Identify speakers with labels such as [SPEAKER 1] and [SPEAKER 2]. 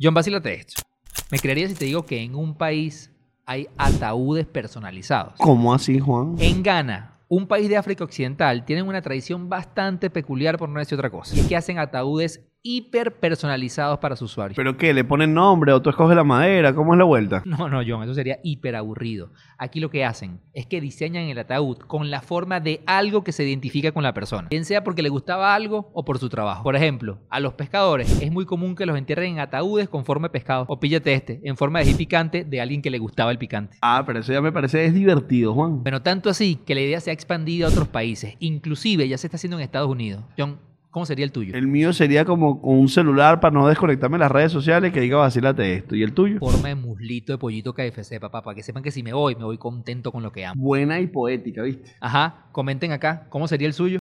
[SPEAKER 1] John, vacílate esto. ¿Me creerías si te digo que en un país hay ataúdes personalizados?
[SPEAKER 2] ¿Cómo así, Juan?
[SPEAKER 1] En Ghana, un país de África Occidental, tienen una tradición bastante peculiar, por no decir otra cosa. Y es que hacen ataúdes hiper personalizados para sus usuarios.
[SPEAKER 2] ¿Pero qué? ¿Le ponen nombre o tú escoges la madera? ¿Cómo es la vuelta?
[SPEAKER 1] No, no, John, eso sería hiper aburrido. Aquí lo que hacen es que diseñan el ataúd con la forma de algo que se identifica con la persona, bien sea porque le gustaba algo o por su trabajo. Por ejemplo, a los pescadores es muy común que los entierren en ataúdes con forma de pescado. O píllate este, en forma de ají picante de alguien que le gustaba el picante.
[SPEAKER 2] Ah, pero eso ya me parece es divertido, Juan.
[SPEAKER 1] Pero tanto así que la idea se ha expandido a otros países, inclusive ya se está haciendo en Estados Unidos. John, ¿cómo sería el tuyo?
[SPEAKER 2] El mío sería como con un celular para no desconectarme de las redes sociales que diga vacílate esto. ¿Y el tuyo?
[SPEAKER 1] Forma de muslito de pollito KFC, papá, para que sepan que si me voy, me voy contento con lo que amo.
[SPEAKER 2] Buena y poética, ¿viste?
[SPEAKER 1] Ajá, comenten acá, ¿cómo sería el suyo?